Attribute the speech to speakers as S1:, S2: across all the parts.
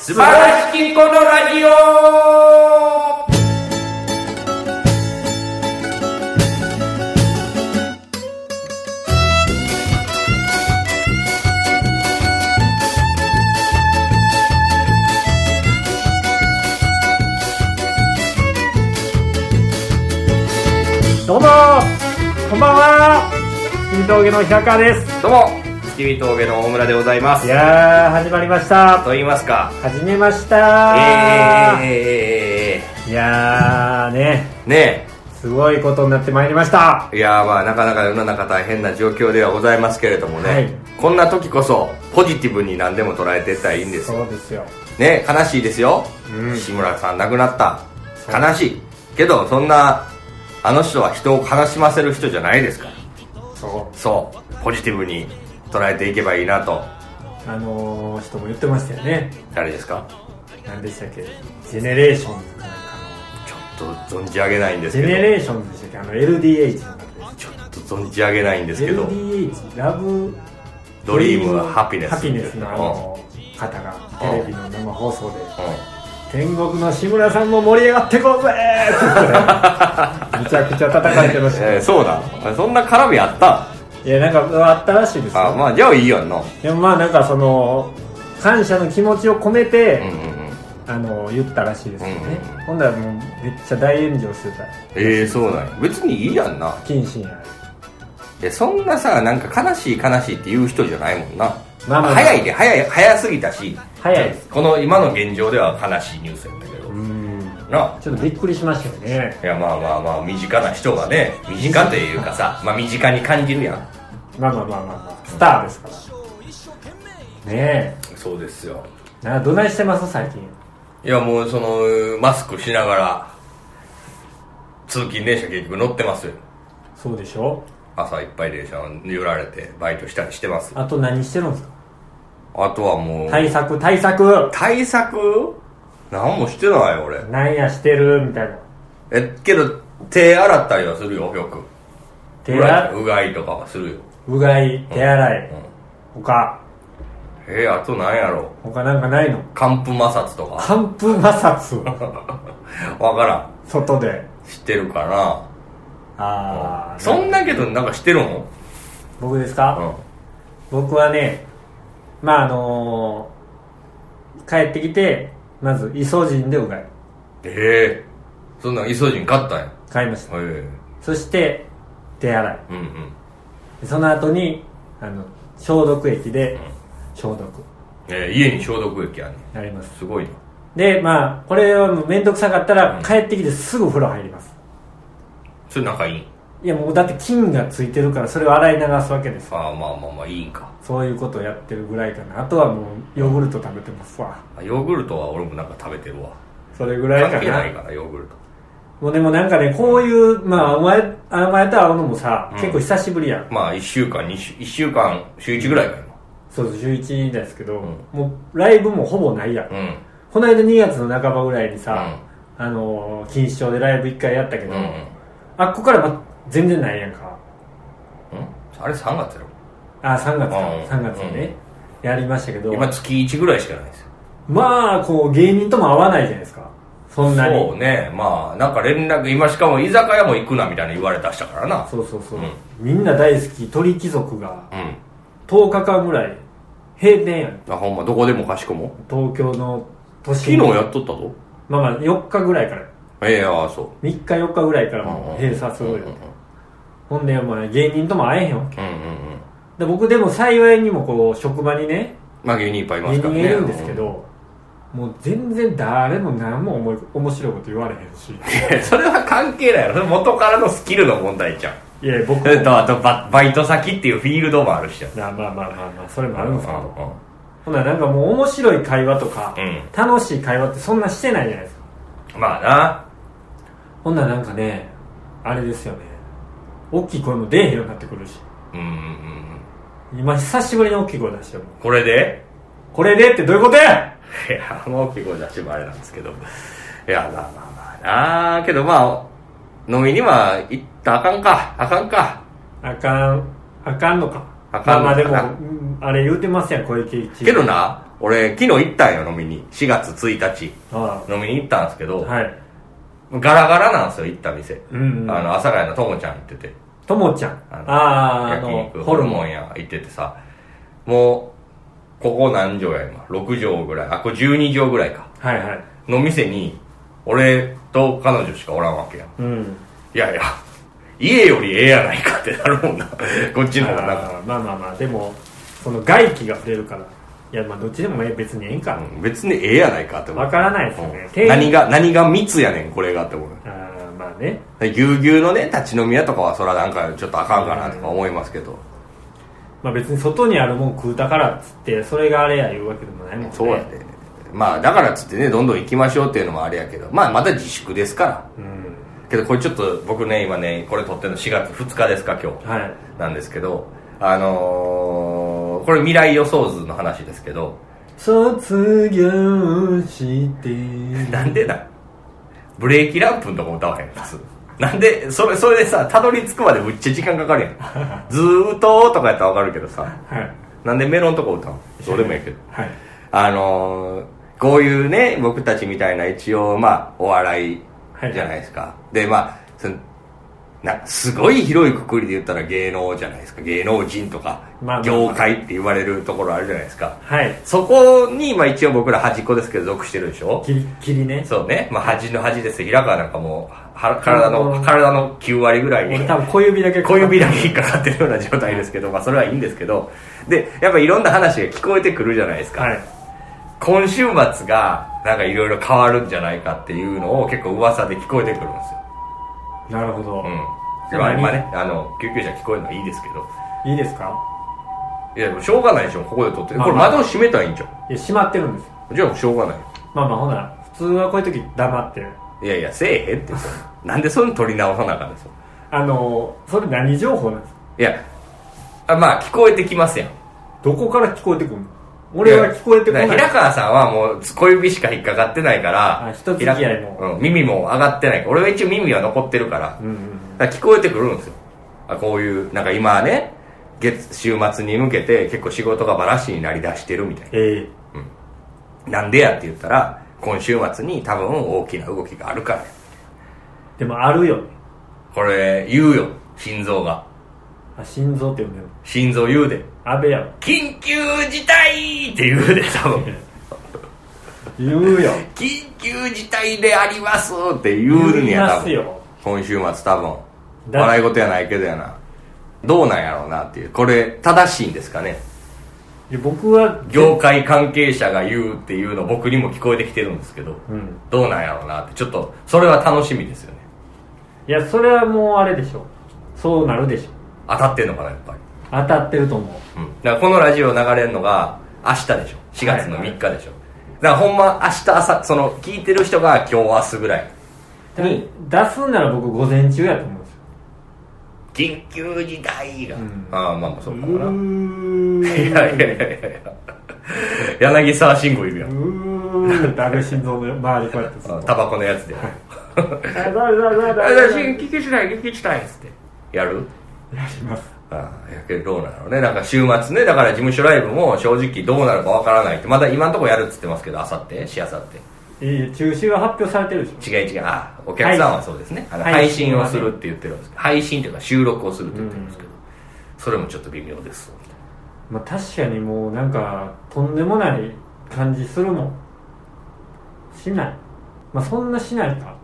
S1: 素晴らしきこのラジオ
S2: どうもこんばんは新峠の平川です
S1: どうも月見峠の大村でございま
S2: い
S1: す
S2: やー始まりました
S1: と言いますか
S2: 始めました
S1: え
S2: いやーね
S1: ーね
S2: すごいことになってまいりました
S1: えいやーまあなかなか世の中大変な状況ではございますけれどもね、
S2: はい
S1: こんな時こそポジティブに何でも捉えていったらいいんですよ
S2: そうですよ
S1: ね悲しいですよ、
S2: うん
S1: 志村さん亡くなった悲しいけどそんなあの人は人を悲しませる人じゃないですから
S2: そ
S1: そうポジティブに捉えていけばいいなと
S2: うあのー、人も言ってましたよね
S1: 誰ですか
S2: 何でしたっけジェネレーションズかなんか
S1: ちょっと存じ上げないんで
S2: の
S1: す
S2: ジェ
S1: け
S2: ネ
S1: ど
S2: レーションズでしたっけあの LDH の方で
S1: ちょっと存じ上げないんです
S2: す
S1: けど
S2: LDH ラブ
S1: ドリームハピネス
S2: ハピネスのあの方がテレビの生放送で
S1: う
S2: 天国の志村さんも盛り上がってこうぜー めちゃくちゃ叩かれてまし
S1: ん
S2: た
S1: えーそうだそんな絡みあった
S2: いやなんかあったらしいです
S1: あ
S2: よ
S1: まあじゃあいいやんの
S2: でもまあなんかその感謝の気持ちを込めて、
S1: うんうんうん
S2: あの言ったらしいですよね、
S1: うん
S2: ほんならもうめっちゃ大炎上してた
S1: ええそうなんや別にいいやんな
S2: 不謹慎や
S1: いやそんなさなんか悲しい悲しいって言う人じゃないもんな、
S2: まあまあ
S1: 早いで早い早すぎたし
S2: 早いです
S1: この今の現状では悲しいニュースやったけど、
S2: うん
S1: な
S2: ちょっとびっくりしましたよね
S1: いやまあまあまあ身近な人がね身近というかさまあ身近に感じるやん
S2: まあまあまあまあ、まあ、スターですからね
S1: そうですよ
S2: えなどないしてます最近
S1: いやもうそのマスクしながら通勤電車結局乗ってますよ
S2: そうでしょ
S1: 朝いっぱい電車揺られてバイトしたりしてます
S2: あと何してるんですか
S1: あとはもう
S2: 対策対策
S1: 対策何もしてないよ俺
S2: なんやしてるみたいな
S1: えけど手洗ったりはするよよく
S2: 手洗いう
S1: がいとかはするよ
S2: うがい手洗い、他
S1: えー、あと何やろ
S2: 他なんかないの
S1: 寒風摩擦とか
S2: 寒風摩 擦
S1: わからん
S2: 外で
S1: してるか
S2: あ
S1: な
S2: あ
S1: そんだけどなんかしてるも
S2: 僕ですか、
S1: ん
S2: 僕はねまああのー帰ってきてまずイソジンでうがい
S1: ええそんなんイソジン買ったんやへ
S2: 買いました
S1: え
S2: そして手洗い
S1: うんうん
S2: その後にあの消毒液で消毒
S1: えー家に消毒液あんね
S2: やります
S1: んすごいな
S2: でまあこれはもう面倒くさかったら帰ってきてすぐ風呂入ります
S1: それ仲いいん
S2: いやもうだって菌がついてるからそれを洗い流すわけですよ
S1: ああまあまあまあいいんか
S2: そういうことをやってるぐらいかなあとはもうヨーグルト食べてますわ
S1: あヨーグルトは俺もなんか食べてるわ
S2: それぐらいか
S1: 関
S2: な
S1: 係ないからヨーグルト
S2: もうでもなんかねこういうまあお前あお前と会うのもさ、
S1: うん
S2: 結構久しぶりやん
S1: まあ1週間2週1週間週1ぐらいか
S2: そうそう11ですけど、
S1: ん
S2: もうライブもほぼないやん、
S1: 今うん
S2: この間2月の半ばぐらいにさ、あのー錦糸町でライブ1回やったけ
S1: う
S2: ど、
S1: ん、うん
S2: あっこから、ま、全然ないやんか
S1: あれ3月やろ
S2: あ3月か、
S1: うん
S2: 3月にね、やりましたけど
S1: 今月1ぐらいしかないですよ
S2: まあこう芸人とも会わないじゃないですかそんなに
S1: そうねまあなんか連絡今しかも居酒屋も行くなみたいな言われたしたからな
S2: そうそうそう、
S1: うん
S2: みんな大好き鳥貴族が
S1: うん
S2: 10日間ぐらい閉店やん
S1: あほんまどこでもかしこも
S2: 東京の都
S1: 昨
S2: 心
S1: 日やっとったぞ
S2: まあまあ4日ぐらいから
S1: ええああそう
S2: 3日4日ぐらいから
S1: うんう
S2: も
S1: ん
S2: う閉鎖するよ、
S1: うん
S2: ほんでまあ芸人とも会えへんわけ
S1: うんうんうん
S2: で僕でも幸いにもこう職場にね
S1: まあ芸人いっぱいいま
S2: 芸
S1: すか
S2: 人
S1: ら
S2: が
S1: ね
S2: いるんですけど、もう全然誰も何も思い面白いこと言われへん し
S1: いやそれは関係ないやろそれ元からのスキルの問題じゃん
S2: いや僕も
S1: それとあとババイト先っていうフィールドもあるしじゃん
S2: まあまあまあまあまあそれもあるんですけど
S1: うん
S2: ほんならなんかもう面白い会話とか、
S1: うん
S2: 楽しい会話ってそんなしてないじゃないですか
S1: まあな
S2: ほんならなんかねあれですよね大きい声も出えへんようになってくるし
S1: うんうんうん
S2: 今久しぶりに大きい声出してる
S1: これで
S2: これでってどういうことや
S1: いや、もう大きい声出してもあれなんですけど。いや、まあまあまあなけどまあ、飲みには行ったらあかんか、あかんか。
S2: あかんあかんのか
S1: あかんのか
S2: まあまあでも
S1: あかん
S2: うんあれ言うてますやん、小池一
S1: けどな俺昨日行ったんよ飲みに4月1日
S2: あ
S1: 飲みに行ったんですけ
S2: あ
S1: ど、
S2: はい。
S1: ガラガラなんですよ行った店、
S2: うんうん
S1: あの阿佐ヶ谷のともちゃん行ってて
S2: ともちゃん。
S1: あの
S2: ああー、あ
S1: 焼
S2: の
S1: 肉、ホルモン屋行っててさもうここ何畳や今6畳ぐらいあこれ12畳ぐらいか
S2: はいはい。
S1: の店に俺と彼女しかおらんわけやん
S2: うん。
S1: いやいや家よりええやないかってなるもんな こっちの方がなんか、
S2: あーまあまあまあ、でも、その外気が触れるから。いや、まあ、どっちでもええ別にええんか。
S1: うん別にええやないかって思う
S2: わからないですよね
S1: うん
S2: 店員
S1: 何が何が密やねんこれがって思う
S2: ああ、まあね。
S1: でぎゅうぎゅうのね立ち飲み屋とかはそらなんかちょっとあかんかなとか思いますけど、
S2: まあ別に外にあるもん食うたからっつって、それがあれや言うわけでもないもんね。
S1: そうやで、まあだからっつってねどんどん行きましょうっていうのもあれやけどまあまた自粛ですから
S2: うん。
S1: けどこれちょっと僕ね今ねこれ撮ってるの4月2日ですか今日
S2: はい。
S1: なんですけどあのーこれ未来予想図の話ですけど
S2: 卒業 して
S1: なんでだブレーキランプのとこ歌わへん普通なんでそれそれでさたどり着くまでむっちゃ時間かかるやんずーっととかやったらわかるけどさ
S2: はい
S1: なんでメロンとこ歌うのどうでもいいけど
S2: はい
S1: あのーこういうね僕たちみたいな一応まあお笑いじゃないですか、でまあそのなすごい広いくくりで言ったら芸能じゃないですか芸能人とか、
S2: まあまあまあ
S1: 業界って言われるところあるじゃないですか
S2: はい
S1: そこに、まあ、一応僕ら端っこですけど属してるでしょ
S2: きりきりね
S1: そうね、まあ、端の端です平川なんかもうは体
S2: う
S1: の
S2: ん
S1: 体の9割ぐらいに
S2: 俺多分小指だけ
S1: 小指だけ引っかかってるような状態ですけど、まあ、それはいいんですけどでやっぱいろんな話が聞こえてくるじゃないですか、
S2: はい
S1: 今週末がなんかいろいろ変わるんじゃないかっていうのを結構噂で聞こえてくるんですよ
S2: なるほど、
S1: うん
S2: で
S1: まあ
S2: 何
S1: 今ねあの救急車聞こえるのはいいですけど
S2: いいですか
S1: いやでもしょうがないでしょここで撮ってる
S2: まあ
S1: これ
S2: まあ
S1: 窓を閉めたらいいんじゃん
S2: いや閉まってるんですよ
S1: じゃあしょうがない
S2: まあまあほな普通はこういう時黙って
S1: いやいやせえへんって それなんでそれ撮り直さなあかんですよ
S2: あのーそれ何情報なんですか
S1: いやあまあ聞こえてきますやん
S2: どこから聞こえてくるの俺は聞こえてこない
S1: やだから平川さんはもう小指しか引っかかってないから
S2: あ人付き合いも
S1: 平うん、耳も上がってない俺は一応耳は残ってるから,、
S2: うんうん
S1: だから聞こえてくるんですよあこういうなんか今ね月週末に向けて結構仕事がバラシになりだしてるみたい
S2: ええ
S1: ななんでやって言ったら今週末に多分大きな動きがあるから
S2: でもあるよ
S1: これ言うよ心臓が
S2: あ心臓って呼んでる
S1: 心臓言うで
S2: 安倍やろ
S1: 緊急事態って言うで多 分
S2: 言うよ
S1: 緊急事態でありますって言うん
S2: 言い
S1: や多
S2: ます
S1: 分
S2: よ
S1: 今週末多分
S2: だ
S1: 笑い事やないけどやなどうなんやろうなっていうこれ正しいんですかね
S2: いや僕は
S1: 業界関係者が言うっていうの僕にも聞こえてきてるんですけど、
S2: うん
S1: どうなんやろうなってちょっとそれは楽しみですよね
S2: いやそれはもうあれでしょそうなるでしょ
S1: 当たってんのかなやっぱり、
S2: 当たってると思う
S1: うん、だからこのラジオ流れるのが明日でしょ4月の3日でしょ、だからほんま明日朝その聞いてる人が今日明日ぐらい
S2: でも出すんなら僕午前中やと思うんですよ
S1: 緊急事態が、
S2: ん
S1: ああまあまあそうかもな、
S2: うー
S1: いやいやいやいや柳沢慎吾いるやん
S2: うー ってあれ心臓の周りこうやって
S1: あタバコのやつで
S2: だだだだだ
S1: 緊急事態緊急事態っつってやる
S2: やります
S1: ああやけどどうなのねなんか週末ねだから事務所ライブも正直どうなるかわからないってまだ今んとこやるっつってますけどあさってしあさって
S2: いい中止は発表されてるでしょ
S1: 違う違うあお客さんはそうですね、あの配
S2: 配
S1: 信
S2: 信
S1: を
S2: はね
S1: するって言ってるんですけど配信というか収録をするって言ってるんですけど、それもちょっと微妙です
S2: まあ確かにもうなんかとんでもない感じするもんしないまあそんなしないか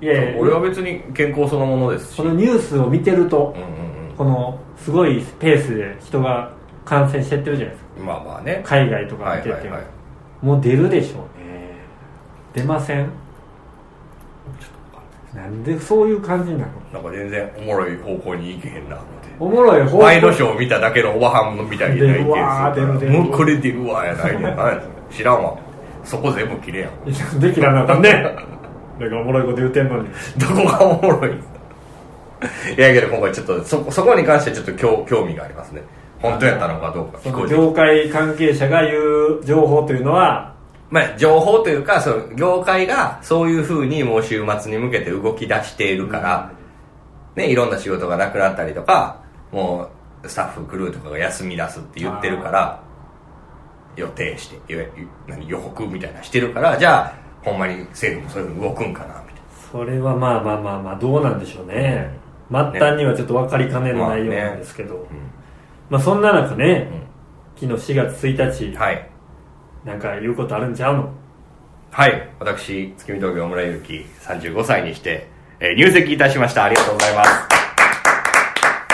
S2: いやい
S1: 俺は
S2: や
S1: 別に健康そのものですし
S2: このニュースを見てると
S1: うんうん
S2: このすごいペースで人が感染してってるじゃないです
S1: うんまあまあね
S2: か海外とか
S1: は
S2: 見
S1: い
S2: て
S1: は
S2: て
S1: い
S2: も
S1: はい
S2: もう出るでしょうね出ませんなんでそういう感じなの
S1: なんか全然おもろい方向に行けへんな思って
S2: おもろい方
S1: ワイドショー見ただけのおばはんみたいな意見
S2: 出るわー
S1: するから
S2: 出る出る
S1: もうこれ出るわやないね ん何やそれ知らんわそこ全部切れやん
S2: ョーできらなあかんねなんかおもろいこと言うてんのに
S1: どこがおもろいん いやけど今回ちょっとそこそこに関してちょっと興興味がありますね本当やったのかどうか
S2: そ
S1: 聞こ
S2: の
S1: えてきて
S2: 業界関係者が言う情報というのは
S1: まあ情報というかその業界がそういうふうにもう週末に向けて動き出しているから、ね、いろんな仕事がなくなったりとかもうスタッフクルーとかが休み出すって言ってるから予定して予何予告みたいなしてるからじゃあほんまに政府もそういうふうに動くんかなみたい
S2: それはまあまあまあまあどうなんでしょうね末端にはちょっと分かりかねる
S1: まあ
S2: 内
S1: ね
S2: 容なんですけど、ま
S1: な、
S2: あそんな中ね
S1: うん、
S2: 昨日4月1
S1: うん
S2: 日、
S1: はい
S2: なんか言うことあるんちゃうの
S1: はい私月見峠大村優樹35歳にして、えー入籍いたしましたありがとうございま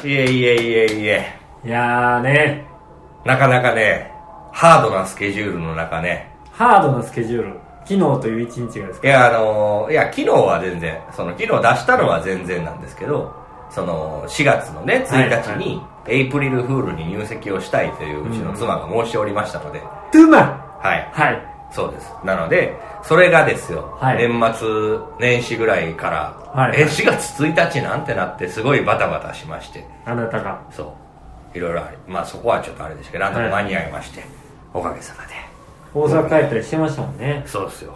S1: すいえいえいえいえ
S2: いやーね
S1: なかなかねハードなスケジュールの中ね
S2: ハードなスケジュール昨日という一日がです
S1: い
S2: か
S1: や、あのいや、昨日は全然、その、昨日出したのは全然なんですけど、その、4月のね、1日に、エイプリルフールに入籍をしたいといううちの妻が申しておりましたので、
S2: トゥーマン
S1: はい、
S2: はい
S1: そうです。なので、それがですよ、
S2: はい
S1: 年末、年始ぐらいから、
S2: はい
S1: え、4月1日なんてなって、すごいバタバタしまして、
S2: あなたが
S1: そう、いろいろあり、まあそこはちょっとあれですけど、なんとか間に合いまして、おかげさまで。
S2: 大阪帰ったりしてましたもんね
S1: そうですよ。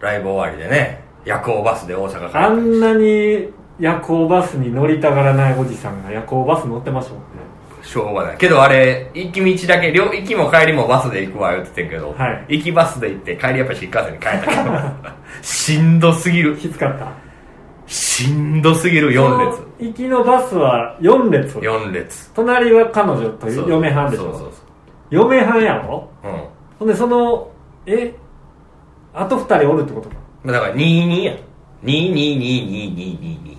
S1: ライブ終わりでね、夜行バスで大阪から
S2: あ。んなに夜行バスに乗りたがらないおじさんが夜行バス乗ってましたもんね
S1: しょうがないけどあれ行き道だけ両行きも帰りもバスで行くわ言っててんけど、
S2: はい
S1: 行きバスで行って帰りやっぱ新幹線に帰ったけど しんどすぎる
S2: きつかった
S1: しんどすぎる4列
S2: 行きのバスは4列
S1: 4列
S2: 隣は彼女と
S1: そう
S2: 嫁はんでしょ
S1: そうそう
S2: 嫁はんやろ
S1: そううん
S2: ほんでそのえあと2人おるってことか
S1: まあだから22や222222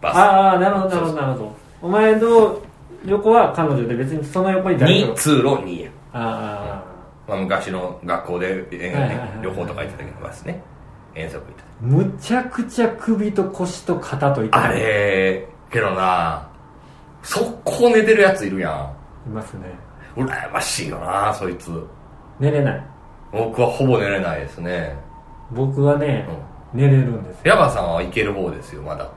S1: バ
S2: ああなるほどなるほどなるほどお前の横は彼女で別にその横に
S1: ス
S2: 誰か
S1: 2通路2や、
S2: あ
S1: まあ、昔の学校で、えー
S2: はいはいはい
S1: 旅行とか行った時のバスね遠足行った時
S2: あむちゃくちゃ首と腰と肩と痛い
S1: あれけどな速攻寝てるやついるやん
S2: いますね
S1: 羨ましいよなそいつ
S2: 寝れない
S1: 僕はほぼ寝れないですね
S2: 僕はね、寝れるんですよ
S1: ヤバさんはいける方ですよまだ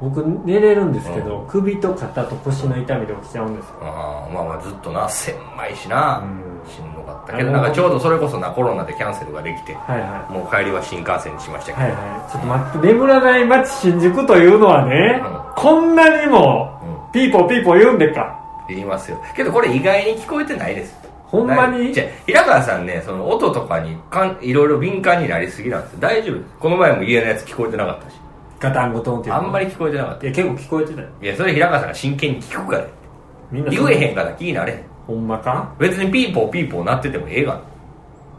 S2: 僕寝れるんですけど、首と肩と腰の痛みで起きちゃうんですよ
S1: あーまあまあずっとな狭いしな、
S2: う
S1: しんどかったけど
S2: あ
S1: な
S2: の
S1: んかちょうどそれこそなコロナでキャンセルができて
S2: はいは
S1: もう帰りは新幹線にしました
S2: い
S1: けど、
S2: はいはいちょっと待って眠らない街新宿というのはね、こんなにも
S1: うん
S2: ピーポーピーポー言うんでっか
S1: 言いますよけどこれ意外に聞こえてないです
S2: ほんまに
S1: じゃ平川さんねその音とかにかんいろいろ敏感になりすぎなんですよ大丈夫ですこの前も家のやつ聞こえてなかったし
S2: ガタンゴトンっていう
S1: あんま
S2: り
S1: り聞こえてなかっ
S2: いや結構聞こえてたよ
S1: たいやそれ平川さんが真剣に聞くから
S2: みんな
S1: 言えへんから気になれへん
S2: ほんまか
S1: 別にピーポーピーポーなっててもええが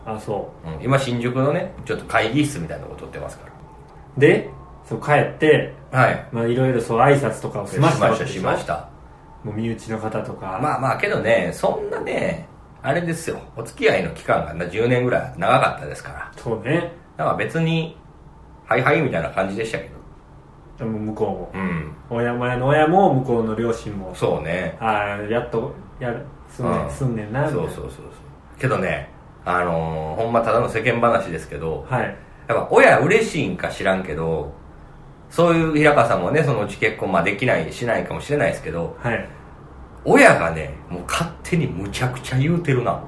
S2: あそ
S1: な、うん、今新宿のねちょっと会議室みたいなのを取ってますか
S2: うでそう帰って
S1: らはい
S2: まあいろいろそう挨拶とかをしましたわけで
S1: し
S2: ょ
S1: ました
S2: もう身内の方とか、
S1: まあまあけどねそんなねあれですよお付き合いの期間がな10年ぐらい長かったですから
S2: そうね
S1: だから別にはいはいみたいな感じでしたけど
S2: でも向こうも
S1: うん
S2: 親前の親も向こうの両親も
S1: そうね
S2: ああやっとやるすんね
S1: うん
S2: んすんねんな
S1: そ
S2: み
S1: う
S2: たい
S1: そ
S2: な
S1: うそうそうけどねあのーほんまただの世間話ですけど
S2: はい
S1: やっぱ親嬉しいんか知らんけどそういう平川さんもねそのうち結婚まあできないしないかもしれないですけど
S2: はい
S1: 親がねもう勝手にむちゃくちゃ言うてるな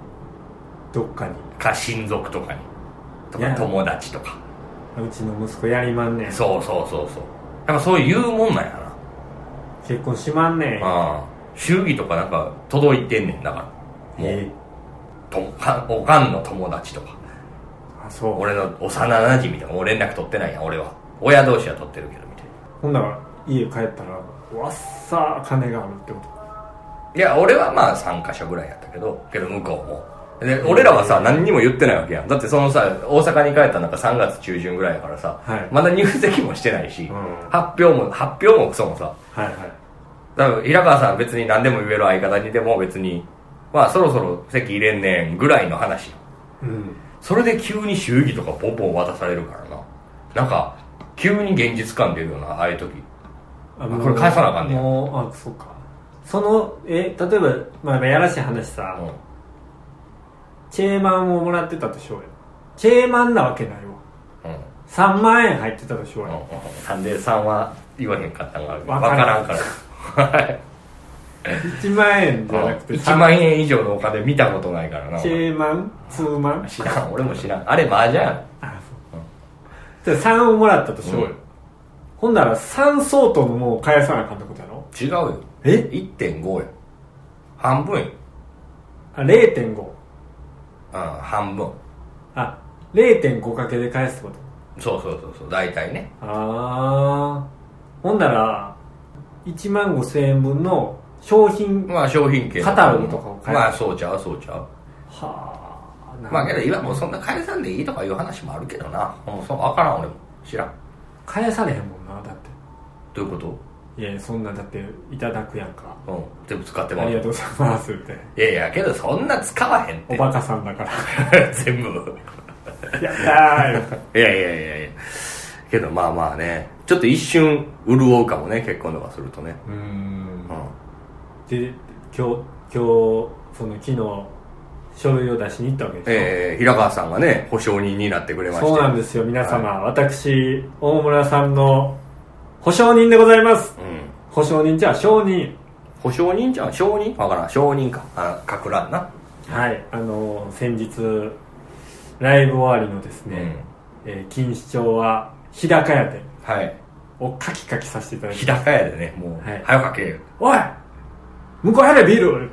S2: どっかに
S1: か親族とかにと
S2: い
S1: か
S2: や
S1: 友達とか
S2: うちの息子やりまんねん
S1: そうそうそうそうやっぱそういう言うもんなんや
S2: 結婚しまんねん
S1: なうん祝儀とかなんか届いてんねんだからもう
S2: え
S1: とかおかんの友達とか
S2: あそう
S1: 俺の幼なじみとかもう連絡取ってないやん俺は親同士は取ってるけどみたいな
S2: ほんなら家帰ったらわっさー金があるってこと
S1: いや俺はまあ3か所ぐらいやったけどけど向こうもで俺らはさ何にも言ってないわけやんだってそのさ大阪に帰ったのが3月中旬ぐらいやからさ、
S2: はい
S1: まだ入籍もしてないし、
S2: ん
S1: 発表も発表もクソもさ
S2: はいはい
S1: だから平川さん別に何でも言える相方にでも別にまあそろそろ席入れんねんぐらいの話
S2: うん
S1: それで急に祝儀とかボンボン渡されるからななんか急に現実感出るよなああいう時
S2: あ
S1: これ返さなあかんねん
S2: もうあそうかそのえ例えば、まあ、やらしい話さ、
S1: うん
S2: チェーマンをもらってたとしようよチェーマンなわけないわ
S1: うん
S2: 3万円入ってたとしようよ、
S1: サンデーさんは言わへんかったんが分
S2: わ
S1: か
S2: からら
S1: ん
S2: ん
S1: から はい
S2: 1万円じゃなくて
S1: 1万円以上のお金見たことないからな
S2: チェーマン2万ン
S1: 知らん俺も知らんあれ麻雀や
S2: あそう、じゃあ3をもらったとしようよ、ほんなら3相当のものを返さなあかんってことやろ
S1: 違うよ
S2: え
S1: 1.5や半分や
S2: あ0.5
S1: うん半分
S2: あ0.5かけで返すってこと
S1: そうそうそうそう大体ね
S2: ああほんなら1万5千円分の商品は
S1: まあ商品券
S2: カタログとかを買え
S1: まあそうちゃうそうちゃう
S2: あなるほど
S1: まあけど今もうそんな返さんでいいとかいう話もあるけどなもうそう分からん俺も知らん
S2: 返されへんもんなだっ
S1: どういうこ
S2: ていやそんなだっていただくやんか
S1: とうん全部使って
S2: あ
S1: も
S2: り
S1: らう
S2: がとうございますって
S1: いやいやけどそんな使わへんっ
S2: お
S1: て
S2: バカさ んだか
S1: 全部
S2: らやったーよ
S1: いやいやいやいやけどまあまあねちょっと一瞬潤うかもね結婚とかするとね
S2: うーん
S1: うん
S2: で今日今日その昨日書類を出しに行ったわけでしょ、
S1: えー、平川さんがね保証人になってくれまして
S2: そうなん
S1: で
S2: ですよ皆様、私大村さんの保証人でございます
S1: うん
S2: 保証人じゃあ証人
S1: 保証人じゃん証人わからん証人かあかくらんな
S2: はいあの先日ライブ終わりのですね、えー錦糸町は日高屋で
S1: はい
S2: をカキカキさせていただ
S1: 日
S2: き
S1: 高屋でねもう、
S2: はい
S1: 早かけよ
S2: おい向こうやれビール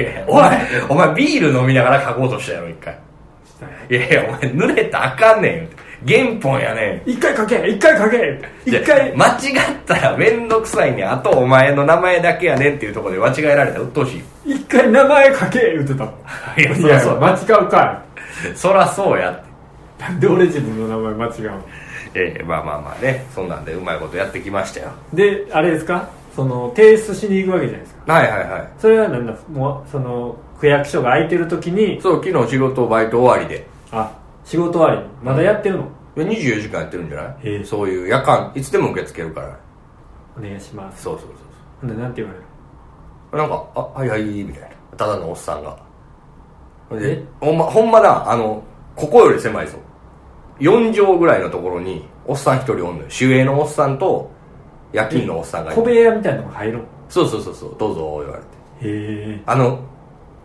S1: いやいやお前お前ビール飲みながら書こうとしたやろ一回いやいやお前濡れたらあかんねんよ原本やねん
S2: 一回かけ一回かけ一
S1: じゃ
S2: 回
S1: 間違ったら面倒くさいねんあとお前の名前だけやねんっていうところで間違えられたら鬱陶しい
S2: 一回名前かけ言ってたもん
S1: いやそり
S2: い
S1: ゃ
S2: や
S1: そう
S2: 間違うか
S1: そらそうやって
S2: なんで俺自分の名前間違うの
S1: ええまあまあまあねそんなんでうまいことやってきましたよ
S2: であれですかその提出しに行くわけじゃないですか
S1: はいはいはい
S2: それはなんだもうその区役所が空いてる時に
S1: そう昨日仕事バイト終わりで
S2: あ仕事終わりにまだやってるの、
S1: いや24時間やってるんじゃない、
S2: ええ
S1: そういう夜間いつでも受け付けるから
S2: お願いします
S1: そうそうそう
S2: ほんでなんて言われる
S1: そうなんか「あはいはい」みたいなただのおっさんがほんで
S2: え
S1: ほんまほんまなあのここより狭いぞ4畳ぐらいのところにおっさん一人おんのよ守衛のおっさんと夜勤のおっさんがい
S2: 小部
S1: る
S2: 屋みたいなのが入ろう
S1: そうそうそうそうどうぞ言われて
S2: へえ
S1: あの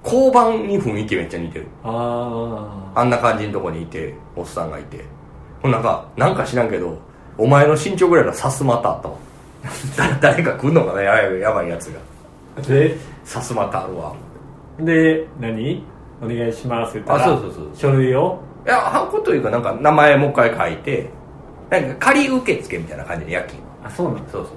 S1: 交番に雰囲気めっちゃ似てる
S2: ああ
S1: あんな感じのとこにいておっさんがいてほんなんかなんか知らんけどお前の身長ぐらいのさすまたあったわ だ誰か来んのかなやばいやばいやつが
S2: で
S1: さすまたあるわ
S2: で何お願いしますって言ったら
S1: あそうそうそう
S2: 書類を
S1: いやハンコというかなんか名前もう一回書いてなんか仮受付みたいな感じで夜勤
S2: あそうなんです
S1: そうそ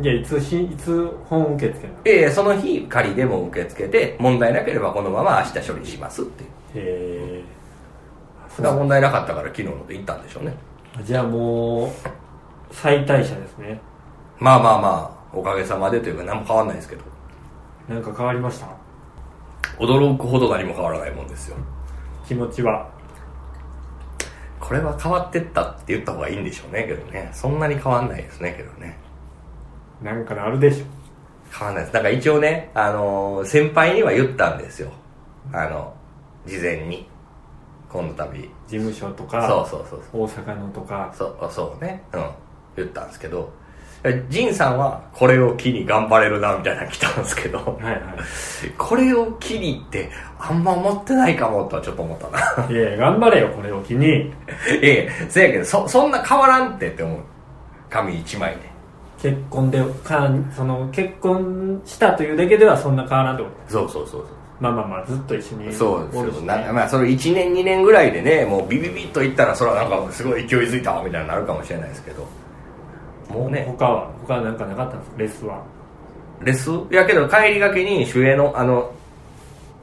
S1: う
S2: いやいつしいつ本受け付けるの
S1: ええその日仮でも受け付けて問題なければこのまま明日処理しますっていう
S2: へえ
S1: それは問題なかったから昨日ので行ったんでしょうね
S2: じゃあもう再退社ですね
S1: まあまあまあおかげさまでというか何も変わんないですけど
S2: なんか変わりました
S1: 驚くほど何も変わらないもんですよ
S2: 気持ちは
S1: これは変わってったって言った方がいいんでしょうねけどねそんなに変わんないですねけどね
S2: なんかあるでしょ
S1: 変わんないですだから一応ね、あのー先輩には言ったんですよあの事前に今度旅
S2: 事務所とか
S1: そうそうそう
S2: 大阪のとか
S1: そうそうそうねうん言ったんですけど仁さんはこれを機に頑張れるなみたいなの来たんですけど
S2: はいは
S1: これを機にってあんま思ってないかもとはちょっと思ったな
S2: いいやいや頑張れよこれを機に
S1: ええせやけどそそんな変わらんってって思う紙一枚で
S2: 結婚でかその結婚したというだけではそんな変わらんってこと
S1: そうそうそうそう
S2: まあまあまあずっと一緒に
S1: そうです
S2: お
S1: よ
S2: るし、ね
S1: なまあ、その1年2年ぐらいでねもうビビビッといったらそれはなんかすごい勢いづいたわみたいになるかもしれないですけどもうね
S2: 他は他はなんかなかったんですかレスは
S1: レスやけど帰りがけに守衛のあの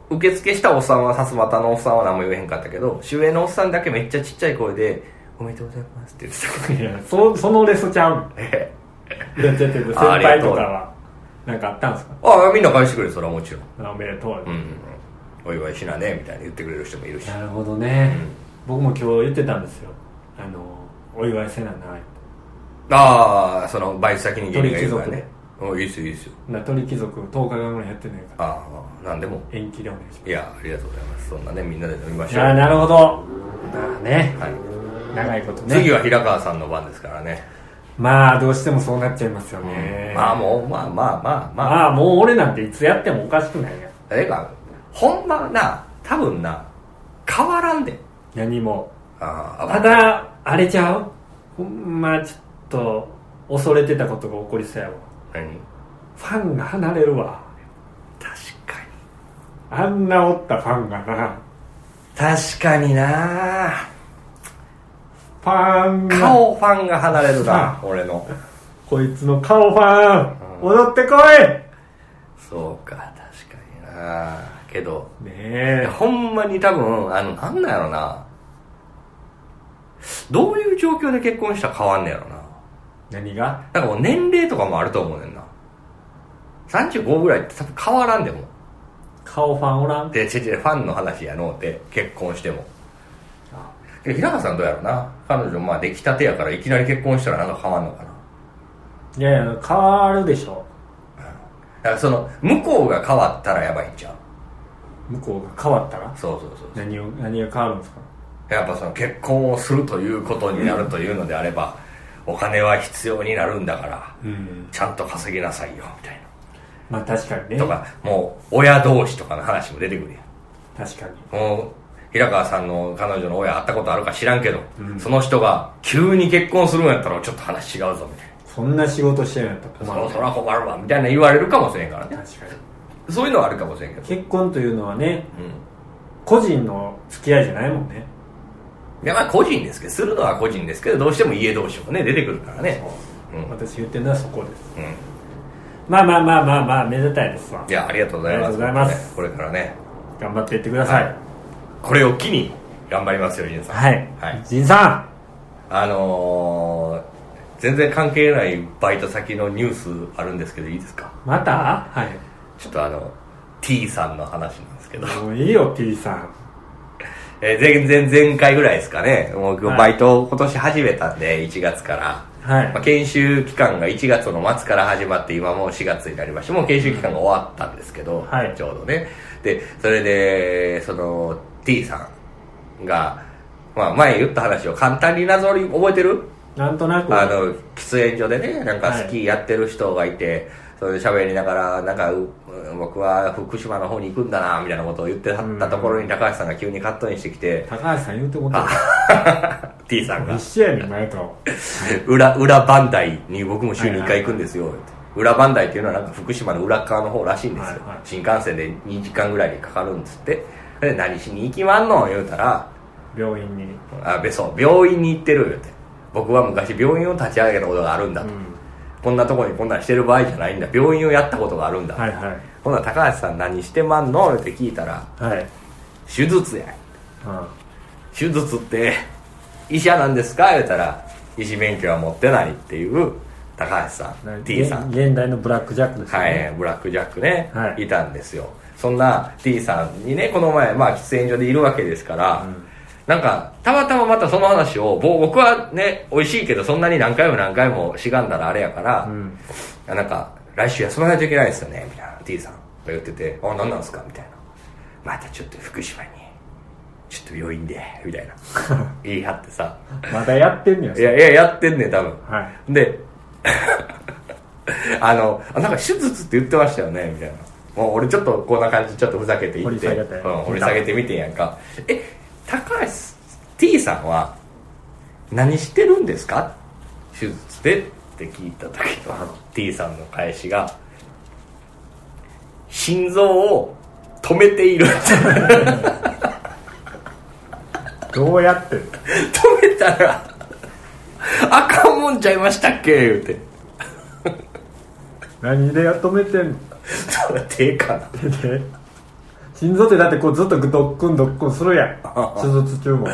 S1: 受付したおっさんはさすまたのおっさんは何も言えへんかったけど守衛のおっさんだけめっちゃちっちゃい声で「おめでとうございます」って言ってた
S2: いやそそのレスちゃうん
S1: ええ
S2: いやちょっと先
S1: あありが
S2: 輩
S1: とう
S2: とかはなんかあったんですか
S1: ああみんな返してくれるそれはもちろん
S2: あおめでとう、
S1: うん、うんうん、お祝いしなねみたいに言ってくれる人もいるし
S2: なるほどね、僕も今日言ってたんですよあのお祝いせなな
S1: ああそのバイト先に芸人がいるから
S2: 鳥貴
S1: ねうんいいっすよいいっすよ
S2: な鳥貴族10日間ぐらいやってないから
S1: ああなんでも
S2: 延期でお願いし
S1: いやありがとうございますそんなねみんなで飲みま
S2: ます
S1: し
S2: い
S1: ょう
S2: やーなるほどまあね
S1: はい
S2: 長いことね
S1: 次は平川さんの番ですからね、
S2: まあどうしてもそうなっちゃいますよね、
S1: まあもうまあまあまあまあ、
S2: まあもう俺なんていつやってもおかしくないやん
S1: ええかほんまな多分な変わらんで
S2: 何も
S1: ああ
S2: ただあれちゃうほんまちょっと恐れてたことが起こりそうやわ
S1: 何
S2: ファンが離れるわ
S1: 確かに
S2: あんなおったファンがな
S1: 確かにな
S2: ファンが
S1: 顔ファンが離れるな俺の
S2: こいつの顔ファン、
S1: うん
S2: 踊ってこ
S1: そうか確かになけど
S2: いね
S1: いやほんまに多分あのなんなんやろなどういう状況で結婚したら変わんねやろな
S2: 何が
S1: なんかもう年齢とかもあると思うねんな35ぐらいって多分変わらんでも
S2: 顔ファンおらん
S1: でちちファンの話やのうて結婚しても
S2: あ
S1: けど平川さんどうやろな彼女まあできたてやからいきなり結婚したらなんか変わんのかない
S2: やいや変わるでしょ
S1: だからその向こうが変わったらやばいんちゃう
S2: 向こうが変わったら
S1: そうそうそう
S2: 何を何が変わるんですか
S1: やっぱその結婚をするということになるというのであれば、お金は必要になるんだから
S2: うん
S1: ちゃんと稼ぎなさいよみたい
S2: まあ確かにね
S1: なとかもう親同士とかの話も出てくるやん
S2: 確かに
S1: もう平川さんの彼女の親会ったことあるか知らんけど、その人が急に結婚するんやったらちょっと話違うぞみたい
S2: そんな仕事してるんやったら
S1: な、
S2: 困る
S1: そら困るわみたいな言われるかもしれんからね
S2: 確かに
S1: そういうのはあるかもしれんけど、
S2: 結婚というのはね
S1: うん、
S2: 個人の付き合いじゃないもんね
S1: いやまあ個人ですけどするのは個人ですけどどうしても家同士もね出てくるからねうん
S2: 私言ってるのはそこです
S1: うん
S2: まあまあまあまあまあめでたいですわ
S1: いやありがとうございます
S2: ありがとうございます
S1: ねこれからね
S2: 頑張っていってください
S1: これを機に頑張りますよジンさん
S2: はい
S1: はい
S2: 仁さ
S1: あのー、全然関係ないバイト先のニュースあるんですけどいいですか
S2: んまたはい
S1: ちょっとあの T さんの話なんですけど、
S2: もういいよ P さん
S1: えー、前前前回ぐらいですかねもう
S2: はい
S1: バイトを今年始めたんで1月から、
S2: はい
S1: まあ、研修期間が1月の末から始まって今もう4月になりましてもう研修期間が終わったんですけど、
S2: はい
S1: ちょうどねでそれでその T さんが、まあ、前言った話を簡単になぞり覚えてる
S2: なんとなく
S1: あの喫煙所でねなんか
S2: はい
S1: スキーやってる人がいて、それで喋りながらなんかう僕は福島の方に行くんだなみたいなことを言ってはったところに高橋さんが急にカットインしてきて、
S2: 高橋さん言うてもった
S1: T さんが
S2: 一緒やねん前と
S1: 裏裏磐梯に僕も週に1回行くんですよ、って裏磐梯っていうのはなんか福島の裏側の方らしいんですよ、
S2: はいはい
S1: 新幹線で2時間ぐらいにかかるんですってで何しに行きまんの言うたら
S2: 病院に
S1: あべそう病院に行ってる言うて僕は昔病院を立ち上げたことがあるんだ
S2: う
S1: と、
S2: ん
S1: こんなとこにこんなんしてる場合じゃないんだ病院をやったことがあるんだ、
S2: はいはい
S1: ほな高橋さん何してまんのって聞いたら
S2: はい
S1: 手術や
S2: うん
S1: 手術って医者なんですか言うたら医師免許は持ってないっていう高橋さ
S2: なんん
S1: T さん
S2: 現現代のブラックジャックですよ
S1: は
S2: ね
S1: いブラック・ジャックね、
S2: はい
S1: い、たんですよそんな T さんにねこの前、まあ、喫煙所でいるわけですから、なんかたまたままたその話をぼ僕はね美味しいけどそんなに何回も何回もしがんだらあれやから、
S2: うん
S1: あなんか来週休まないといけないですよねみたいな T さんが言ってて「あ何なんですか?」みたいな「またちょっと福島にちょっと病院で」みたい な言い張ってさ
S2: まだやってんねや
S1: いやいややってんねん多分
S2: はい
S1: で あのあなんか手術って言ってましたよねみたいなもう俺ちょっとこんな感じちょっとふざけていって
S2: 掘り下げて
S1: うん、掘り下げてみてんやんかえ高橋 T さんは何してるんですか手術でって聞いた時のあの T さんの返しが心臓を止めている
S2: どうやって
S1: 止めたらあかんもんちゃいましたっけ言うて
S2: 何で止めてんの
S1: それ手かな
S2: で心臓ってだってこうずっとドックンドックンするやん手術中も
S1: うん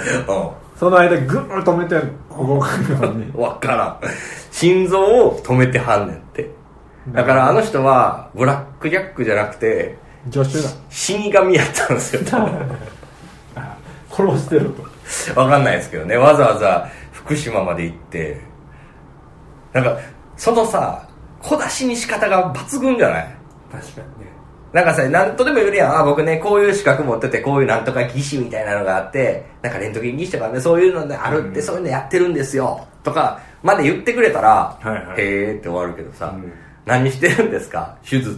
S2: その間グーッと止めてんの動かんように
S1: わからん。心臓を止めてはんねんって。だからあの人は、ブラックジャックじゃなくて、
S2: 助手だ
S1: 死神やったんですよ。
S2: 殺してると
S1: わかんないですけどね。わざわざ福島まで行って、なんか、そのさ、小出しに仕方が抜群じゃない
S2: 確かにね
S1: なんかさ、なんとでも言うやん。あ、僕ね、こういう資格持ってて、こういうなんとか技師みたいなのがあって、なんかレントゲン技師とかね、そういうのであるって、そういうのやってるんですよ。とか、まで言ってくれたら、
S2: はいはい
S1: へーって終わるけどさ、
S2: うん
S1: 何してるんですか手術。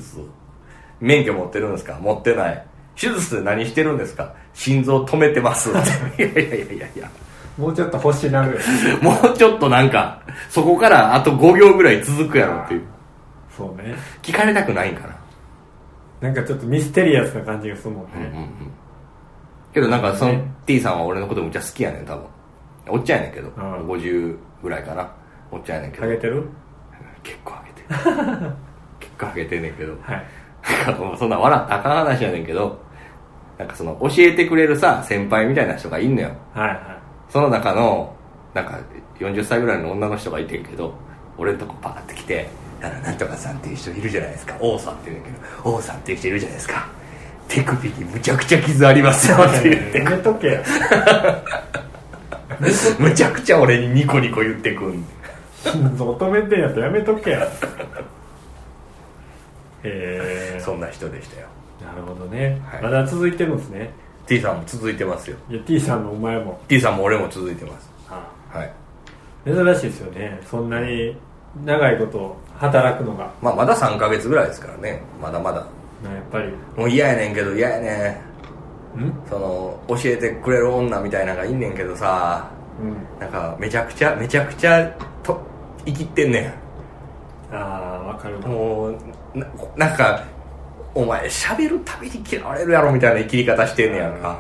S1: 免許持ってるんですか持ってない。手術で何してるんですか心臓止めてます。 っていやいやいやいやいや。
S2: もうちょっと星になるよ
S1: もうちょっとなんか、そこからあと5行ぐらい続くやろっていう。
S2: 不そうね
S1: 聞かれたくないんかな
S2: なんかちょっとミステリアスな感じがするもん
S1: うんうんう
S2: ね、
S1: んけどなんかその
S2: ね
S1: T さんは俺のことむっちゃ好きやねん多分おっちゃんやねんけど、
S2: ん
S1: 50ぐらいかなおっちゃんやねんけど
S2: あげてる
S1: 結構あげてる 結構あげてんねんけど
S2: はい
S1: なんかもうそんな笑ったらあかん話やねんけどなんかその教えてくれるさ先輩みたいな人がいんのよ
S2: はいは
S1: その中のなんか40歳ぐらいの女の人がいてんけど俺んとこパーって来て「あのなんとかさんっていう人いるじゃないですか王さんって言うんだけど王さんっていう人いるじゃないですか手首にむちゃくちゃ傷ありますよ」って言って
S2: やめとけよ
S1: むちゃくちゃ俺にニコニコ言ってくん
S2: 心臓止めてんやったらやめとけよへえ
S1: そんな人でしたよ
S2: なるほどね、
S1: はい
S2: まだ続いてるんですね
S1: T さんも続いてますよ
S2: いや T さんのお前も
S1: T さんも俺も続いてます
S2: あ
S1: はい、
S2: 珍しいですよねそんなに長いこと働くのが、
S1: まあ、まだ3ヶ月ぐらいですからねまだまだ
S2: まあやっぱり
S1: もう嫌やねんけど嫌やね
S2: うん
S1: んその教えてくれる女みたいなのがいんねんけどさ
S2: うん
S1: なんかめちゃくちゃめちゃくちゃと生きってんね
S2: ああわかる
S1: んもうななんかお前喋るたびに嫌われるやろみたいな生き方してんねやんか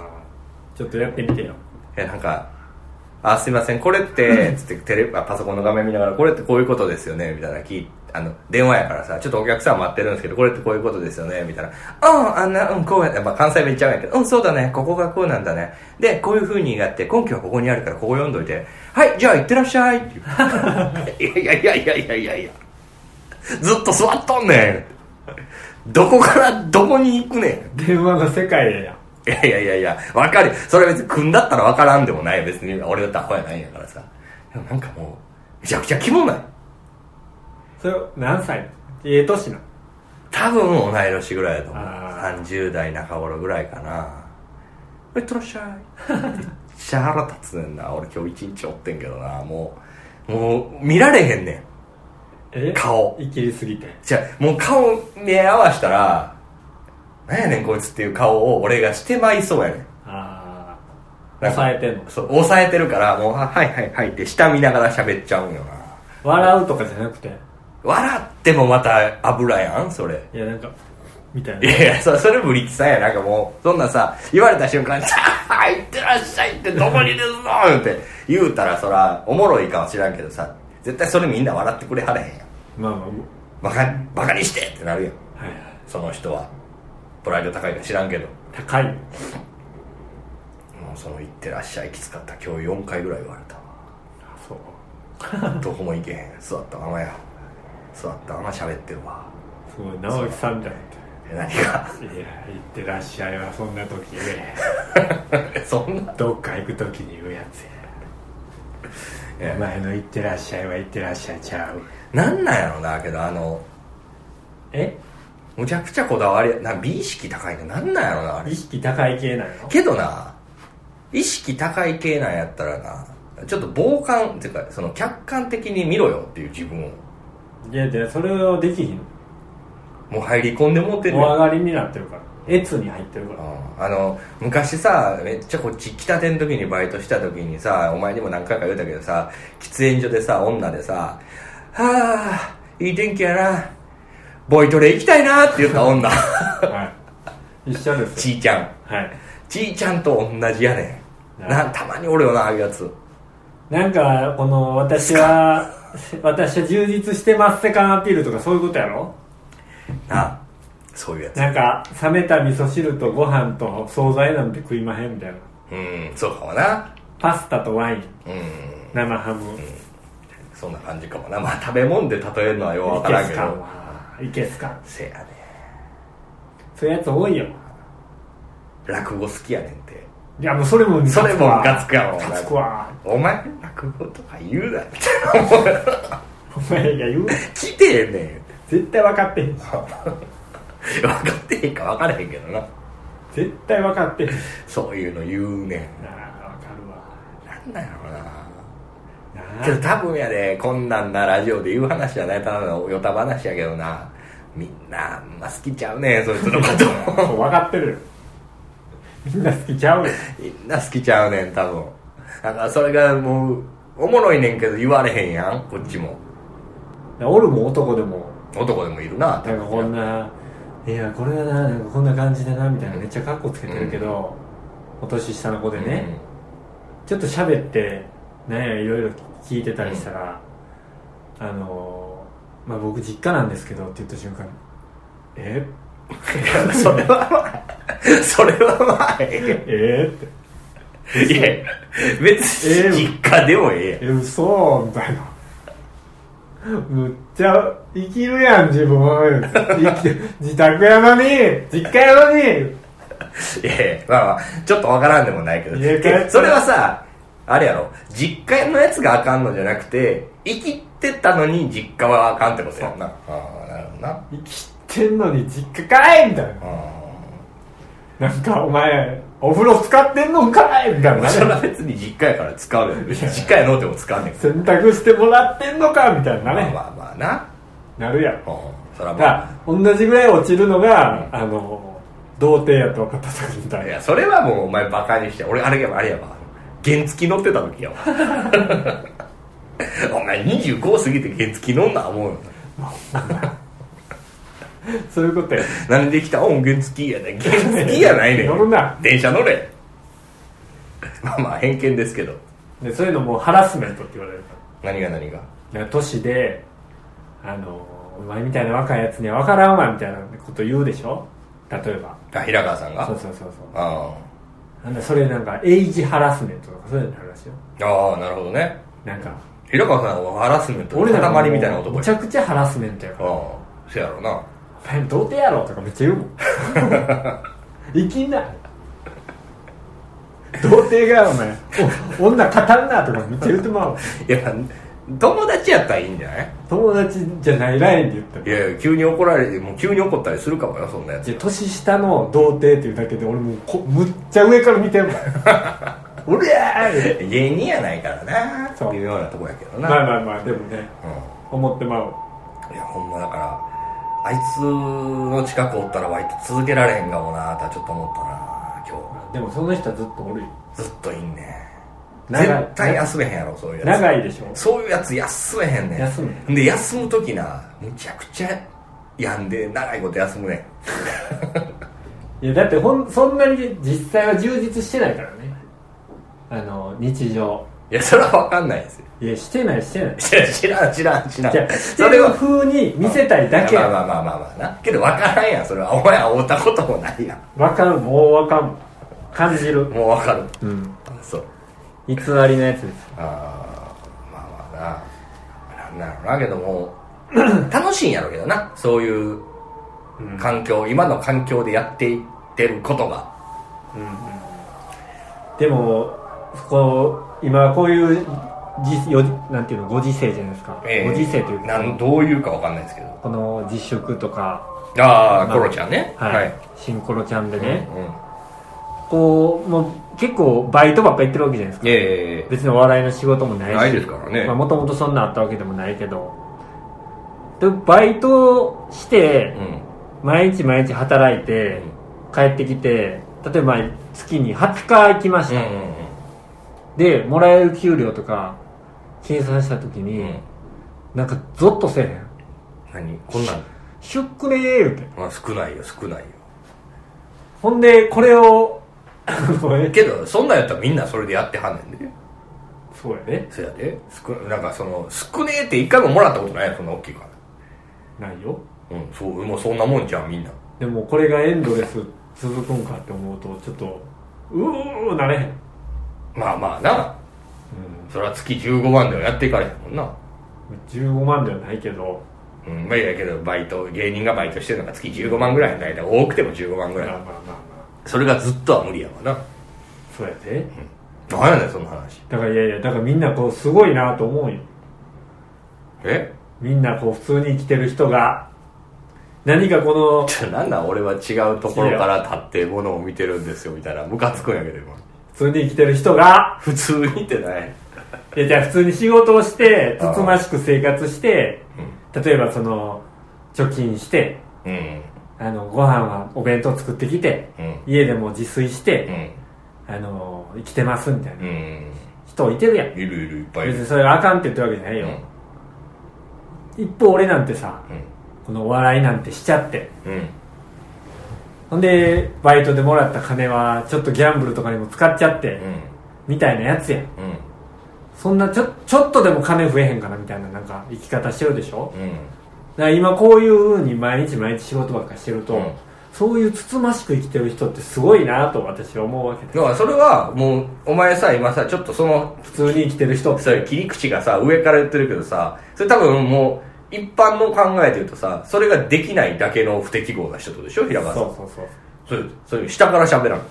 S2: ちょっとやってみてよ
S1: えなんか「あすいませんこれって」つってテレあパソコンの画面見ながら「これってこういうことですよね」みたいな聞いあの電話やからさ「ちょっとお客さん待ってるんですけどこれってこういうことですよね」みたいな「うんあんなうんこうや」まあ、関西弁言っちゃうんやけど「うんそうだねここがこうなんだね」でこういうふうにやって根拠はここにあるからここ読んどいて「はいじゃあ行ってらっしゃい」っていういやいやいやいやいやいやずっと座っとんねんどこからどこに行くねん
S2: 電話の世界や
S1: い
S2: や
S1: やいやいやいや、わかる。それは別に組んだったらわからんでもないよ。別に俺だったらアホやないんやからさ。でもなんかもう、めちゃくちゃキモない。
S2: それ何歳ええ年な
S1: 多分同い年ぐらいだと思う。
S2: あ
S1: 30代中頃ぐらいかな。えっとらっしゃい。めっちゃ腹立つねんな。俺今日一日おってんけどな。もう、もう見られへんねん。
S2: え
S1: 顔
S2: 生きりすぎて
S1: じゃあもう顔目合わしたら、なんやねんこいつっていう顔を俺がしてまいそうやねん。
S2: ああ
S1: なんか
S2: 抑えてんの
S1: そう、抑えてるから、もう、あはいはいはいって下見ながら喋っちゃうんよな。
S2: 笑うとかじゃなくて
S1: 笑ってもまた油やんそれ
S2: いやなんかみたい
S1: い
S2: な
S1: やいやそそれブリキさんやなんかもうそんなさ言われた瞬間に「 さあ行ってらっしゃい」って「どこにですぞ」って言うたらそらおもろいかは知らんけどさ絶対それみんな笑ってくれはれへんやん
S2: まあま
S1: バ
S2: あ
S1: カバカにしてってなるやん
S2: はいはい
S1: その人はプライド高いか知らんけど
S2: 高い
S1: もうその「行ってらっしゃい」きつかった今日4回ぐらい言われたわ
S2: あそう
S1: どこも行けへん座ったままや座ったまま喋ってるわ
S2: すごい直樹さんみたいな
S1: え何か
S2: いや行ってらっしゃいはそんな時言え
S1: そんな
S2: どっか行く時に言うやつ
S1: い
S2: や
S1: や
S2: お前の行ってらっしゃいは行ってらっしゃいちゃう
S1: なんなんやろなけどあの
S2: え
S1: むちゃくちゃこだわりな美意識高いのなんなんやろなあれ
S2: 意識高い系なの
S1: けどな意識高い系なんやったらなちょっと傍観っていうかその客観的に見ろよっていう自分を
S2: いやいやそれをできひん
S1: もう入り込んでもって
S2: お
S1: るよ
S2: 上がりになってるから越に入ってるから
S1: うんあの昔さめっちゃこっち来たての時にバイトした時にさお前にも何回か言うたけどさ喫煙所でさ女でさ「はあいい天気やなボイトレ行きたいな」って言った 女
S2: はい一緒ですよ
S1: ちいちゃん
S2: はい
S1: じいちゃんと同じやねん
S2: な
S1: なたまにおるよなああいうやつ
S2: なんかこの私は私は充実してますセカンアピールとかそういうことやろ
S1: なあそういうやつ
S2: なんか冷めた味噌汁とご飯と惣菜なんて食いまへんみたいな
S1: うんそうかもな
S2: パスタとワイン
S1: うん
S2: 生ハム
S1: そんな感じかもなまあ食べ物で例えるのはようわ
S2: い
S1: から
S2: け
S1: んけ
S2: すかん
S1: ど
S2: はイケスカン
S1: せやね
S2: そういうやつ多いよ
S1: 落語好きやねんて
S2: いやもうそれもムカつくわ
S1: それもムカつくやろ
S2: ムカつくわ
S1: お前落語とか言うなって
S2: お前が言う
S1: 来てんねん
S2: 絶対分かってへんし
S1: 分かってへんか分からへんけどな
S2: 絶対分かってへんな
S1: そういうの言うね
S2: あ分かるわ
S1: んなんなんやろな
S2: なあ
S1: けど多分やでこんなんなラジオで言う話じゃないただのよた話やけどなみんなあんま好きちゃうねんそいつのこ
S2: そう 分かってるよみんな好きちゃうよ
S1: とみんな好きちゃうねん多分だからそれがもうおもろいねんけど言われへんやんこっちも
S2: おるも男でも
S1: 男でもいるな
S2: なんかこんないやこれはななんかこんな感じだなみたいなめっちゃカッコつけてるけど、お年下の子でね、ちょっと喋ってなんやいろいろ聞いてたりしたら、あのーまあ、僕実家なんですけどって言った瞬間「
S1: う
S2: え
S1: んそれはまあそれはまあえ
S2: えって
S1: えいや別に実家でもええやん
S2: 「え嘘みたいなむっちゃ生きるやん自分生き自宅やのに実家やのに
S1: いやいやまあまあちょっとわからんでもないけど
S2: いや帰って
S1: それはさあれやろ実家のやつがあかんのじゃなくて生きてたのに実家はあかんってことやんなああなるほどな
S2: 生きてんのに実家かい!」みたい
S1: あ
S2: な「なんかお前お風呂使ってんのかい!」みたい
S1: あ
S2: な
S1: それは別に実家やから使うよ別に実家やのうても使うねんけど
S2: 洗濯してもらってんのかみたいにな
S1: ま
S2: ね
S1: あ、まあまあな
S2: なるや
S1: う
S2: ん
S1: んそれはま
S2: が
S1: あ
S2: 同じぐらい落ちるのが、
S1: うん
S2: あの童貞やと分かった時みたい
S1: い
S2: な
S1: やそれはもうお前バカにして俺あれやわあれやわ原付乗ってた時やわ お前25過ぎて原付乗んな思うよ
S2: そういうことや
S1: なんで来た音源付きやねん原付きやないねん
S2: 乗るな
S1: 電車乗れまあまあ偏見ですけど
S2: でそういうのもうハラスメントって言われるか
S1: 何が何が
S2: らだから都市であのお前みたいな若いやつには分からんわみたいなこと言うでしょ例えば
S1: あ平川さんが
S2: そうそうそうそう
S1: あ
S2: なんだそれなんかエイジハラスメントとかそういうの話よ
S1: あああなるほどね
S2: なんか
S1: 平川さんはハラスメントの
S2: 俺ら
S1: 塊みたいな男
S2: め
S1: や
S2: ちゃくちゃハラスメントやから
S1: ああせやろな
S2: 「お前童貞やろ」とかめっちゃ言うもん いきな童貞がお前お女語んなとかめっちゃ言うてまうわ
S1: いや友達やったらいいんじゃない
S2: 友達じゃないラインで言ったら
S1: いやいや急に怒られてもう急に怒ったりするかもよそんなやつ
S2: じゃあ年下の童貞っていうだけで俺もうこむっちゃ上から見て んもんおりゃーい
S1: 芸人やないからな
S2: そう
S1: 微妙なとこやけどな、
S2: まあまあまあでもね
S1: う
S2: 思ってまうわ
S1: んいやほんまだからあいつの近くおったらバイト続けられへんかもなとはちょっと思ったな今
S2: でもその人はずっとおるよ
S1: 日ずっといんねん
S2: 長い
S1: 絶対休めへんやろそういうやつ
S2: 長いでしょ
S1: そういうやつ休めへんねん
S2: 休
S1: で休む時なむちゃくちゃ病んで長いこと休むねん
S2: いやだってほんそんなに実際は充実してないからねあの日常
S1: いやそれは分かんないですよ
S2: いやしてないしてな
S1: い
S2: い
S1: や知らん知らん知らん
S2: じゃあ
S1: それは
S2: 風に見せたいだけ
S1: まあ
S2: や
S1: まあまあまあまあなけど分からんやんそれはお前は会うたこともないやん
S2: わかるもうわかん感じる
S1: もう分かる
S2: うん
S1: そう
S2: 偽りのやつです
S1: あーまあまあななんだろうなけども 楽しいんやろうけどなそういう
S2: うん
S1: 環境、今の環境でやっていってることが
S2: でもこう今こういうじよなんていうのご時世じゃないですか、
S1: ええ
S2: ご時世というか
S1: なんどういうか分かんないですけど
S2: この実食とか
S1: ああ
S2: まあ
S1: コロちゃんね
S2: はい、シンコロちゃんで
S1: うん
S2: ね、こうもう結構バイトばっか行ってるわけじゃないで
S1: うん
S2: すか
S1: ええ
S2: 別にお笑いの仕事もないし
S1: ないですからね
S2: まあもともとそんなんあったわけでもないけどでバイトして
S1: うん
S2: 毎日毎日働いて帰ってきて例えば月に20日行きまし
S1: うんう
S2: た、
S1: んうん
S2: でもらえる給料とか計算した時
S1: う
S2: に、
S1: んうん
S2: なんかゾッとせえへん
S1: 何こんなん
S2: シュックねー言うて
S1: まあ少ないよ少ないよ
S2: ほんでこれを おい
S1: けどそんなんやったらみんなそれでやってはんねんで
S2: そうやね
S1: そやで少なんかその少ねえって一回ももらったことないよそんな大きいか
S2: ないよ
S1: らうんそうもうそんなもんじゃんみんな
S2: でもこれがエンドレス続くんかって思うとちょっとうーなれへん、うん、
S1: まあまあなそれは月15万ではやっていかれへんもんな
S2: 15万ではないけど
S1: うんまあいやけどバイト芸人がバイトしてるのが月15万ぐらいの間多くても15万ぐ
S2: まあ
S1: ら
S2: まあ
S1: い
S2: まあま
S1: それがずっとは無理やわな
S2: あそうやで
S1: 何やねんその話
S2: だからいやいやだからみんなこうすごいなと思うよ
S1: え
S2: みんなこう普通に生きてる人が何かこの
S1: じゃ あなんなん俺は違うところから立ってものを見てるんですよみたいなムカつくんやけど今
S2: 普通に生きてる人が
S1: 普通にってない
S2: いやじゃあ普通に仕事をしてつつましく生活して
S1: う
S2: 例えばその貯金して
S1: んうん
S2: あのご飯はお弁当作ってきて
S1: うん
S2: 家でも自炊して、
S1: うん
S2: あの生きてますみたいな
S1: うん
S2: 人いてるやん
S1: いるいるいっぱいい
S2: 別
S1: る
S2: にそれがあかんって言ってるわけじゃないよ、一方俺なんてさ
S1: うん
S2: このお笑いなんてしちゃって
S1: うん
S2: ほんでバイトでもらった金はちょっとギャンブルとかにも使っちゃっ
S1: う
S2: て、
S1: ん
S2: みたいなやつやん
S1: うん
S2: そんなちょちょっとでも金増えへんかなみたいななんか生き方してるでしょ
S1: うん
S2: だから今こういう風に毎日毎日仕事ばっかしてると、
S1: うん
S2: そういうつつましく生きてる人ってすごいなと私は思うわけで
S1: だからそれはもうお前さ今さちょっとその
S2: 普通に生きてる人って
S1: それ切り口がさ上から言ってるけどさそれ多分もう一般の考えで言うとさそれができないだけの不適合な人ってことでしょ平川さ
S2: そ
S1: ん
S2: うそうそう
S1: それそれ下から喋らん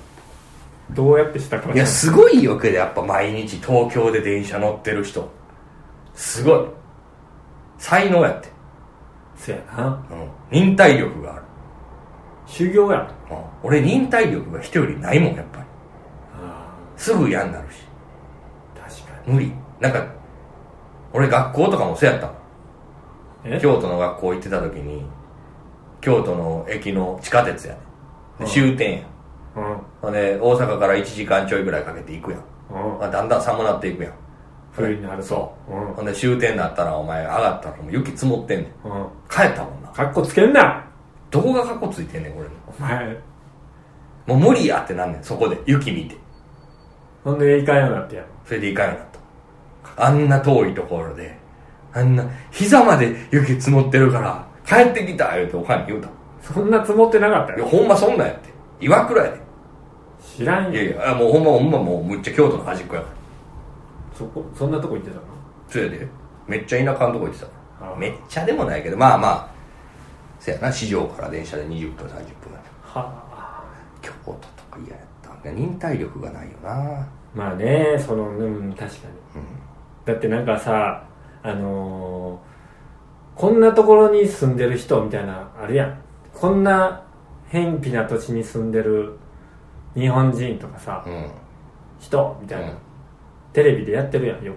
S2: どうやってしたか
S1: いやすごいよけでやっぱ毎日東京で電車乗ってる人すごい才能やって、
S2: そやな
S1: うん、忍耐力がある、
S2: 修行やん
S1: うん、俺忍耐力が人よりないもんやっぱり
S2: あ
S1: すぐ嫌になるし
S2: 確か
S1: 無理なんか俺学校とかもそうやったもん
S2: にえ
S1: 京都の学校行ってた時に京都の駅の地下鉄やね、
S2: うん
S1: 終点や
S2: うん
S1: ほんで大阪から1時間ちょいぐらいかけて行くやん、
S2: うん
S1: まあ、だんだん寒なっていくやん
S2: 冬になると
S1: そう
S2: うん
S1: ほんで終点になったらお前上がったらもう雪積もってんねん
S2: うん
S1: 帰ったもんな
S2: かっこつけんな
S1: どこがカッコついてんねんこれ
S2: お前
S1: もう無理やってなんねんそこで雪見て
S2: ほんでいかんようになってやん
S1: それで行かんようになったあんな遠いところであんな膝まで雪積もってるから帰ってきた言うておかんに言うた
S2: そんな積もってなかった
S1: いや
S2: よ
S1: ほんまそんなんやって岩倉やで
S2: 知らん
S1: いや
S2: よ
S1: いや、あもうほんまほんまもうむっちゃ京都の端っこやから。
S2: そこそんなとこ行ってたの
S1: そやで。めっちゃ田舎のとこ行ってた
S2: ああ
S1: めっちゃでもないけど、まあまあ、せやな、市場から電車で20分、30分。
S2: はあ
S1: 京都とか嫌やった。忍耐力がないよな。
S2: まあねそのうん確かに
S1: うん。
S2: だってなんかさあのーこんなところに住んでる人みたいなあるやんこんな偏僻な土地に住んでる日本人とかさ、
S1: うん。
S2: 人みたいな、
S1: うん
S2: テレビでやってるやんよ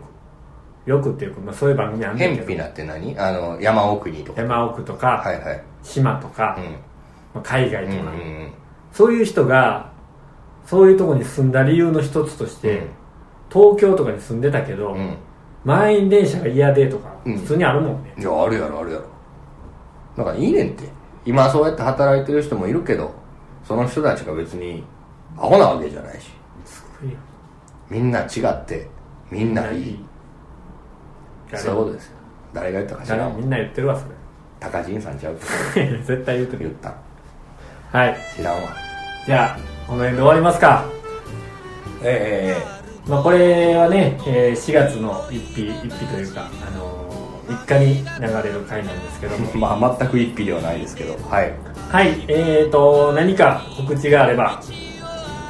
S2: くよくっていうか、まあ、そういう番組あんね
S1: 偏
S2: んけど
S1: 僻なって何あの、山奥にとか。
S2: 山奥とか、
S1: はいはい。
S2: 島とか、まあ海外
S1: うん。
S2: と
S1: うん
S2: か、
S1: うん
S2: そういう人がそういうとこに住んだ理由の一つとして、
S1: うん
S2: 東京とかに住んでたけど、
S1: うん。うん。
S2: 満員電車が嫌でとか
S1: うん
S2: 普通にあるもんね、
S1: いや、あるやろ、あるやろ。だからいいねんって。今そうやって働いてる人もいるけど、その人たちが別にアホなわけじゃないし。
S2: すごいよ
S1: みんな違って、みんないい。
S2: 誰
S1: そういうことですよ誰が言ったか知ら
S2: 誰
S1: ん
S2: みんな言ってるわそ
S1: 高人さんちゃう
S2: れ絶対言ってる
S1: 言
S2: よ
S1: った
S2: はい
S1: 知らんわ
S2: じゃあこの辺で終わりますか、
S1: え
S2: まあ、これはね、えー4月の一日一日というか、あのー、3日に流れる回なんですけど
S1: え
S2: も
S1: えまあ全く一匹ではないですけどはい
S2: はいえーと何か告知があれば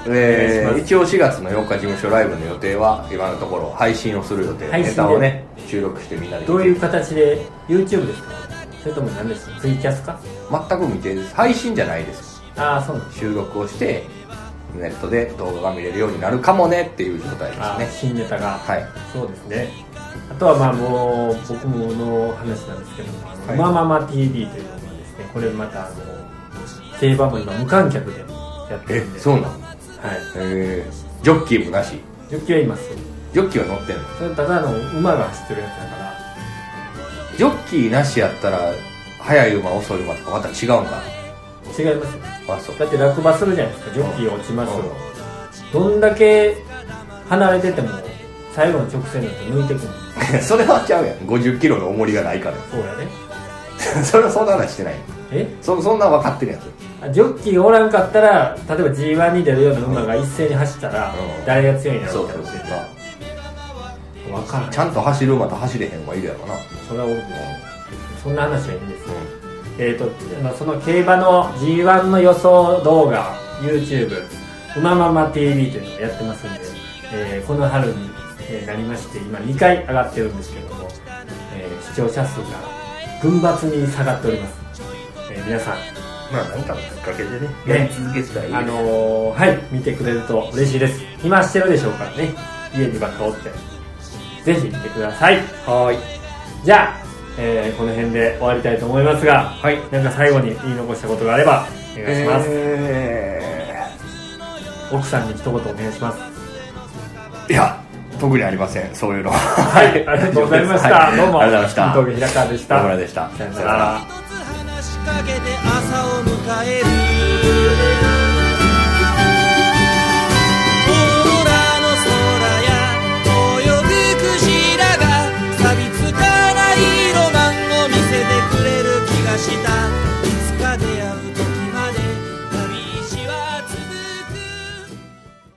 S1: え
S2: お願いしま
S1: え
S2: す
S1: 一応4月の4日事務所ライブの予定は今のところ配信をする予定
S2: 配信で
S1: ネタをね収録してみんなで
S2: ど
S1: 見
S2: う
S1: て
S2: いう形で YouTube ですかそれとも何ですかツイキャスか
S1: 全く未定です配信じゃないです
S2: ああそうなんです
S1: 収録をしてネットで動画が見れるようになるかもねっていう状態
S2: あー
S1: ですね
S2: 新ネタが
S1: はい
S2: そうですねあとはまあもう僕もの話なんですけども「あの
S1: はい
S2: まあまあまあ TV」というのがですねこれまたあの競馬も今無観客でやって
S1: え
S2: るんで
S1: そううなの
S2: はい
S1: ええジョッキーもなし
S2: ジョッキはいます
S1: ジョッキーは乗ってんの
S2: それただあの馬が走ってるやつだから
S1: ジョッキーなしやったら速い馬遅い馬とかまた違うんか
S2: 違いますよ
S1: なあそう
S2: だって落馬するじゃないですかジョッキー落ちますよどんだけ離れてても最後の直線だって抜いてくる
S1: うん それはちゃうやん50キロの重りがないから
S2: そうやね
S1: それはそんな話してない
S2: え
S1: そそんな分かってるやつ
S2: あジョッキーがおらんかったら例えば g 1に出るような馬が一斉に走ったら
S1: うん
S2: 誰が強いんやろみたいな
S1: ま
S2: 分から
S1: あ
S2: ん
S1: ちゃんと走る馬と走れへん馬いるやろな
S2: それは多いですそんな話はいいんですよ、えっ、とまあその競馬の g 1の予想動画 YouTube「うままま TV」というのをやってますんで、えーこの春に、えーなりまして今2回上がってるんですけども、えー視聴者数が群抜に下がっております、えー皆さん
S1: まあなんかのきっかけでね
S2: ねやり
S1: 続けてたら
S2: あのーはい見てくれると嬉しいです暇してるでしょうからね家にばっかおってぜひ見てください
S1: はーい
S2: じゃあ、えーこの辺で終わりたいと思いますが、
S1: はい
S2: なんか最後に言い残したことがあればお願いします、
S1: え
S2: 奥さんに一言お願いします
S1: ーいや特にありませんそういうの
S2: は
S1: はい
S2: ありがとうございました、
S1: はい
S2: どうも
S1: ありがとうございました
S2: 伊藤家平川でし
S1: 小
S2: た
S1: 村でした
S2: さよな
S1: さよなら
S2: ら
S3: 「けて朝を迎える